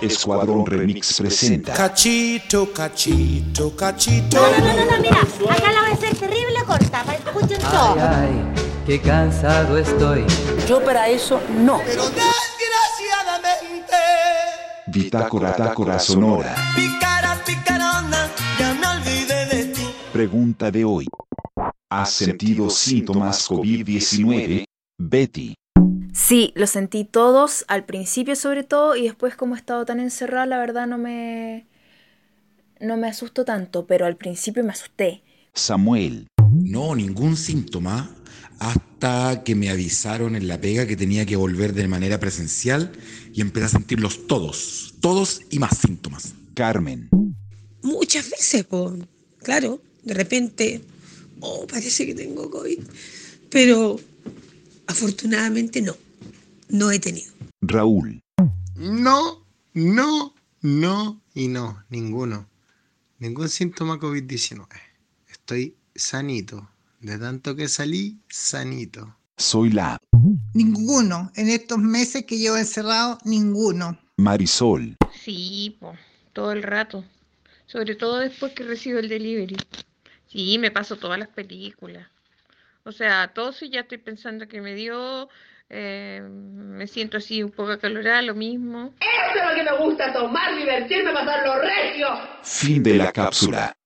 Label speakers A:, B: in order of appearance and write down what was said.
A: Escuadrón Remix presenta.
B: Cachito, cachito, cachito.
C: No, no, no, no, mira, acá la voy a hacer terrible corta, para que escuchen todo.
D: Ay, ay, qué cansado estoy.
E: Yo para eso no.
B: Pero desgraciadamente.
A: Bitácora Tácora Sonora.
B: Picara, picarona, ya me olvidé de ti.
A: Pregunta de hoy. ¿Has sentido síntomas COVID-19? Betty.
F: Sí, lo sentí todos, al principio sobre todo, y después como he estado tan encerrada, la verdad no me... No me asusto tanto, pero al principio me asusté.
A: Samuel.
G: No, ningún síntoma hasta que me avisaron en la pega que tenía que volver de manera presencial y empecé a sentirlos todos, todos y más síntomas.
A: Carmen.
H: Muchas veces, po. claro, de repente, oh, parece que tengo COVID, pero afortunadamente no, no he tenido.
A: Raúl.
I: No, no, no y no, ninguno. Ningún síntoma COVID-19. Estoy sanito. De tanto que salí, sanito.
A: Soy la
J: Ninguno. En estos meses que llevo encerrado, ninguno.
A: Marisol.
K: Sí, po, todo el rato. Sobre todo después que recibo el delivery. Sí, me paso todas las películas. O sea, tos y ya estoy pensando que me dio. eh, me siento así un poco acalorada, lo mismo.
L: Eso es lo que me gusta, tomar, divertirme, pasarlo regio.
A: Fin de la cápsula.